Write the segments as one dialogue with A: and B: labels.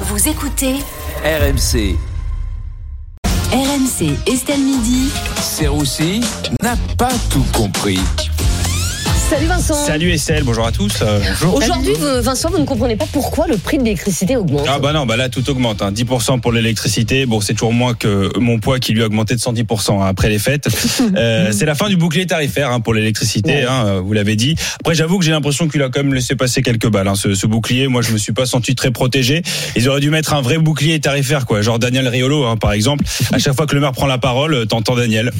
A: Vous écoutez
B: RMC,
A: RMC Estelle Midi.
B: Serroussi n'a pas tout compris.
C: Salut Vincent.
D: Salut Estelle, bonjour à tous. Euh, bonjour.
C: Aujourd'hui, vous- Vincent, vous ne comprenez pas pourquoi le prix de l'électricité augmente.
D: Ah bah non, bah là tout augmente, hein. 10% pour l'électricité, bon c'est toujours moins que mon poids qui lui a augmenté de 110% hein, après les fêtes. Euh, c'est la fin du bouclier tarifaire hein, pour l'électricité,
C: Ouais.
D: hein, euh, vous l'avez dit. Après j'avoue que j'ai l'impression qu'il a quand même laissé passer quelques balles, hein, ce, ce bouclier, moi je me suis pas senti très protégé. Ils auraient dû mettre un vrai bouclier tarifaire, quoi, genre Daniel Riolo hein, par exemple. À chaque fois que le maire prend la parole, euh, t'entends Daniel.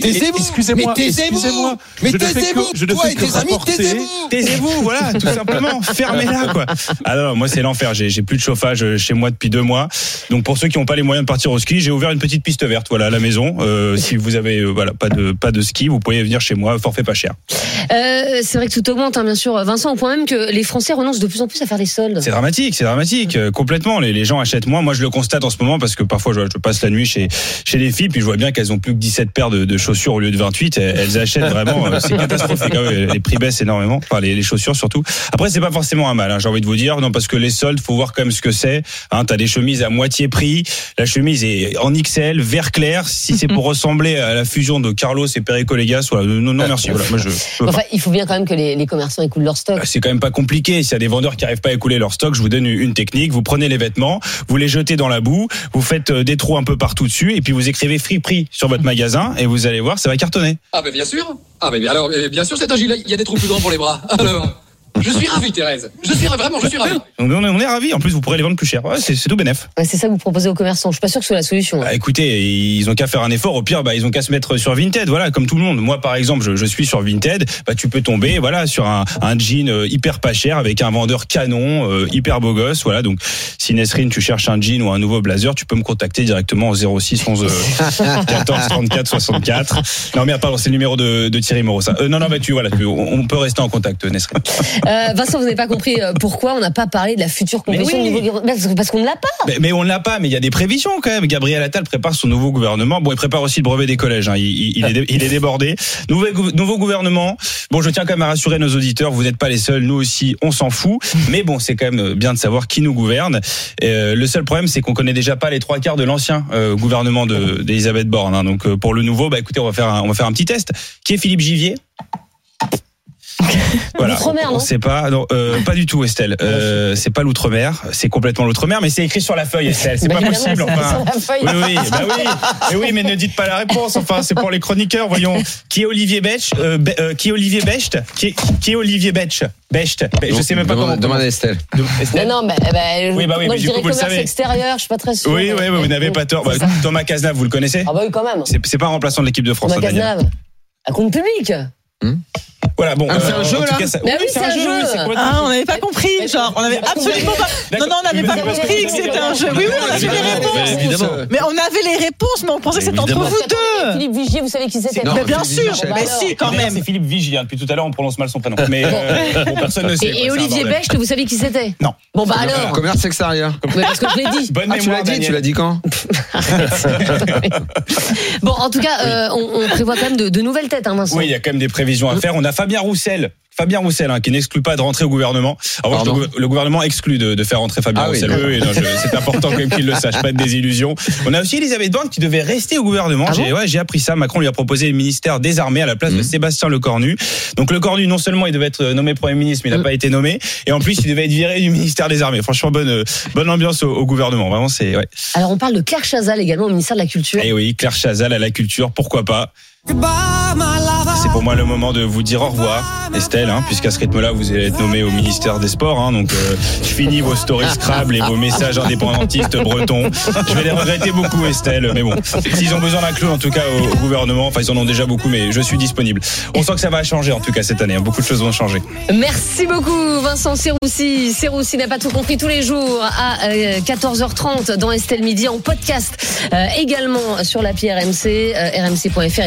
E: Taisez-vous
F: Excusez-moi,
E: Mais taisez-vous
F: excusez-moi.
E: Mais
F: Je ne fais
E: taisez-vous
F: que- je ne
E: Toi
F: fais
E: et
F: que
E: tes amis,
F: rapporter.
E: taisez-vous
D: Taisez-vous, voilà, tout simplement. Fermez-la, quoi. Ah non, moi, c'est l'enfer. J'ai j'ai plus de chauffage euh, chez moi depuis deux mois. Donc, pour ceux qui n'ont pas les moyens de partir au ski, j'ai ouvert une petite piste verte, voilà, à la maison. Euh, si vous avez, euh, voilà, pas de, pas de ski, vous pouvez venir chez moi, forfait pas cher.
C: Euh, c'est vrai que tout augmente, hein, bien sûr. Vincent, au point même que les Français renoncent de plus en plus à faire des soldes.
D: C'est dramatique, c'est dramatique, euh, complètement. Les, les gens achètent moins. Moi, je le constate en ce moment parce que parfois, je, je passe la nuit chez, chez les filles, puis je vois bien qu'elles ont plus que 17 paires de, de chaussures au lieu de 28. Elles, elles achètent vraiment, euh, c'est catastrophique. hein, oui, les prix baissent énormément, enfin, les, les chaussures surtout. Après, c'est pas forcément un mal, hein, j'ai envie de vous dire. Non, parce que les soldes, faut voir quand même ce que c'est. Hein, T'as des chemises à moitié prix. La chemise est en XL, vert clair. Si c'est pour ressembler à la fusion de Carlos et Perico Legas, voilà. Non, non, merci. Voilà, moi, je, je peux pas.
C: Enfin, il faut bien quand même que les, les commerçants écoulent leur stock.
D: Bah, C'est quand même pas compliqué. S'il y a des vendeurs qui arrivent pas à écouler leur stock, je vous donne une technique. Vous prenez les vêtements, vous les jetez dans la boue, vous faites euh, des trous un peu partout dessus, et puis vous écrivez friperie sur votre magasin, et vous allez voir, ça va cartonner.
G: Ah ben bien sûr Ah ben alors euh, bien sûr c'est un gilet, il y a des trous plus grands pour les bras. Alors, je suis ravi Thérèse, je suis ravi, vraiment je suis ravi.
D: Donc, on est, on est ravis. En plus, vous pourrez les vendre plus cher. Ouais, c'est c'est tout bénef.
C: Ouais, c'est ça que vous proposez aux commerçants. Je suis pas sûr que ce soit la solution. hein.
D: Bah, écoutez, ils ont qu'à faire un effort. Au pire, bah, ils ont qu'à se mettre sur Vinted. Voilà, comme tout le monde. Moi, par exemple, je, je suis sur Vinted. Bah, tu peux tomber, voilà, sur un, un jean euh, hyper pas cher avec un vendeur canon, euh, hyper beau gosse. Voilà. Donc, si Nesrine, tu cherches un jean ou un nouveau blazer, tu peux me contacter directement au 06 11 euh, 14 34 64. Non, mais pardon, c'est le numéro de, de Thierry Moreau, ça. Euh, non, non, bah, tu, voilà, tu- on, on peut rester en contact, Nesrine.
C: Euh, Vincent, vous n'avez pas compris euh, pourquoi on n'a pas parlé de la future
D: Mais
C: compétition
D: oui.
C: au niveau du- Parce que- parce qu'on ne l'a pas.
D: Mais, mais on ne l'a pas, mais il y a des prévisions quand même. Gabriel Attal prépare son nouveau gouvernement. Bon, il prépare aussi le brevet des collèges. hein. Il, il- il est, dé- il est débordé. Nouveau, gou- nouveau gouvernement. Bon, je tiens quand même à rassurer nos auditeurs. Vous n'êtes pas les seuls. Nous aussi, on s'en fout. Mais bon, c'est quand même euh, bien de savoir qui nous gouverne. Euh, le seul problème, c'est qu'on connaît déjà pas les trois quarts de l'ancien euh, gouvernement de- d'Elisabeth Borne. hein. Donc, euh, pour le nouveau, bah écoutez, on va faire un, on va faire un petit test. Qui est Philippe Givier
C: L'outre-mer,
D: on
C: non
D: sait pas, non, euh, pas du tout, Estelle. Euh, c'est pas l'outre-mer, c'est complètement l'outre-mer, mais c'est écrit sur la feuille, Estelle. C'est
C: Bah,
D: pas
C: évidemment,
D: possible,
C: c'est
D: enfin.
C: sur la feuille.
D: Oui, oui, bah oui. Mais oui, mais ne dites pas la réponse. Enfin, c'est pour les chroniqueurs. Voyons. Qui est Olivier Becht Euh, Be- euh, Qui est Olivier Becht qui est, qui est Olivier Becht Becht. Be- Je sais même pas comment.
E: Demande- Demande à Estelle.
C: Non, non, mais, eh ben,
D: Oui, bah oui,
C: moi
D: mais
C: je
D: du
C: dirais
D: coup, vous le
C: commerce
D: savez.
C: extérieur, je suis pas très sûr.
D: Oui, oui, oui, vous n'avez pas tort. Bah, Thomas Cazenave, vous le connaissez
C: Ah bah oui, quand même.
D: C'est c'est pas un remplaçant de l'équipe de France.
C: Thomas
D: hein, Daniel.
C: Cazenave. À compte public.
D: Voilà, bon. euh,
E: Ah, c'est un jeu,
C: Bah
E: là
C: oui, c'est un jeu.
D: oui, c'est complètement-
H: Ah, on n'avait pas compris, genre, on n'avait absolument pas. Non, non, on n'avait pas
D: D'accord.
H: compris que c'était un jeu. Oui, oui, on avait les réponses.
F: Évidemment.
H: Mais on avait les réponses, mais on pensait que c'était entre
F: Évidemment.
H: vous deux.
C: Philippe Vigier, vous savez qui c'était
E: Non,
H: Mais bien
E: Philippe
H: sûr,
E: Michel.
H: mais si, quand
D: D'ailleurs,
H: même.
D: C'est Philippe Vigier. hein. Depuis tout à l'heure, on prononce mal son prénom. Mais euh, bon, personne ne sait. quoi,
C: Et,
D: c'est
C: et
D: un
C: Olivier
D: bordel.
C: Becht, vous savez qui c'était
D: Non.
C: Bon bah
E: Euh,
C: alors,
E: Commerce extérieur.
C: mais parce que je l'ai dit.
D: Bonne
E: Ah, tu
D: mémoire,
E: l'as dit,
D: Daniel.
E: tu l'as dit quand
C: Bon, en tout cas, euh, on, on prévoit quand même de, de nouvelles têtes, hein, Vincent.
D: Oui, il y a quand même des prévisions
E: Hein
D: à faire. On a Fabien Roussel. Fabien Roussel, hein, qui n'exclut pas de rentrer au gouvernement. Ah, En revanche, le,
E: Pardon
D: gou- le gouvernement exclut de, de faire rentrer Fabien
E: Ah oui,
D: Roussel.
E: d'accord.
D: Oui, oui, non, je- c'est important quand même qu'il le sache, pas de désillusion. On a aussi Elisabeth Borne qui devait rester au gouvernement.
C: Ah
D: j'ai ouais, j'ai appris ça. Macron lui a proposé le ministère des Armées à la place de
E: Mmh.
D: Sébastien Lecornu. Donc Lecornu, non seulement il devait être euh, nommé Premier ministre, mais il n'a
E: Mmh.
D: pas été nommé. Et en plus, il devait être viré du ministère des Armées. Franchement, bonne, euh, bonne ambiance au, au gouvernement. Vraiment, c'est... Ouais.
C: Alors on parle de Claire Chazal également au ministère de la Culture.
D: Eh oui, Claire Chazal à la culture, pourquoi pas C'est pour moi le moment de vous dire au revoir, Estelle, hein, puisqu'à ce rythme-là, vous allez être nommé au ministère des Sports. hein, donc, euh, je finis vos stories Scrabble et vos messages indépendantistes bretons. Je vais les regretter beaucoup, Estelle, mais bon. S'ils ont besoin d'un clou, en tout cas, au, au gouvernement, enfin, ils en ont déjà beaucoup, mais je suis disponible. On sent que ça va changer, en tout cas, cette année. hein, beaucoup de choses vont changer.
C: Merci beaucoup Vincent Serroussi. Serroussi n'a pas tout compris tous les jours à euh, 14h30 dans Estelle Midi en podcast. euh, également sur l'appli RMC, euh, rmc.fr.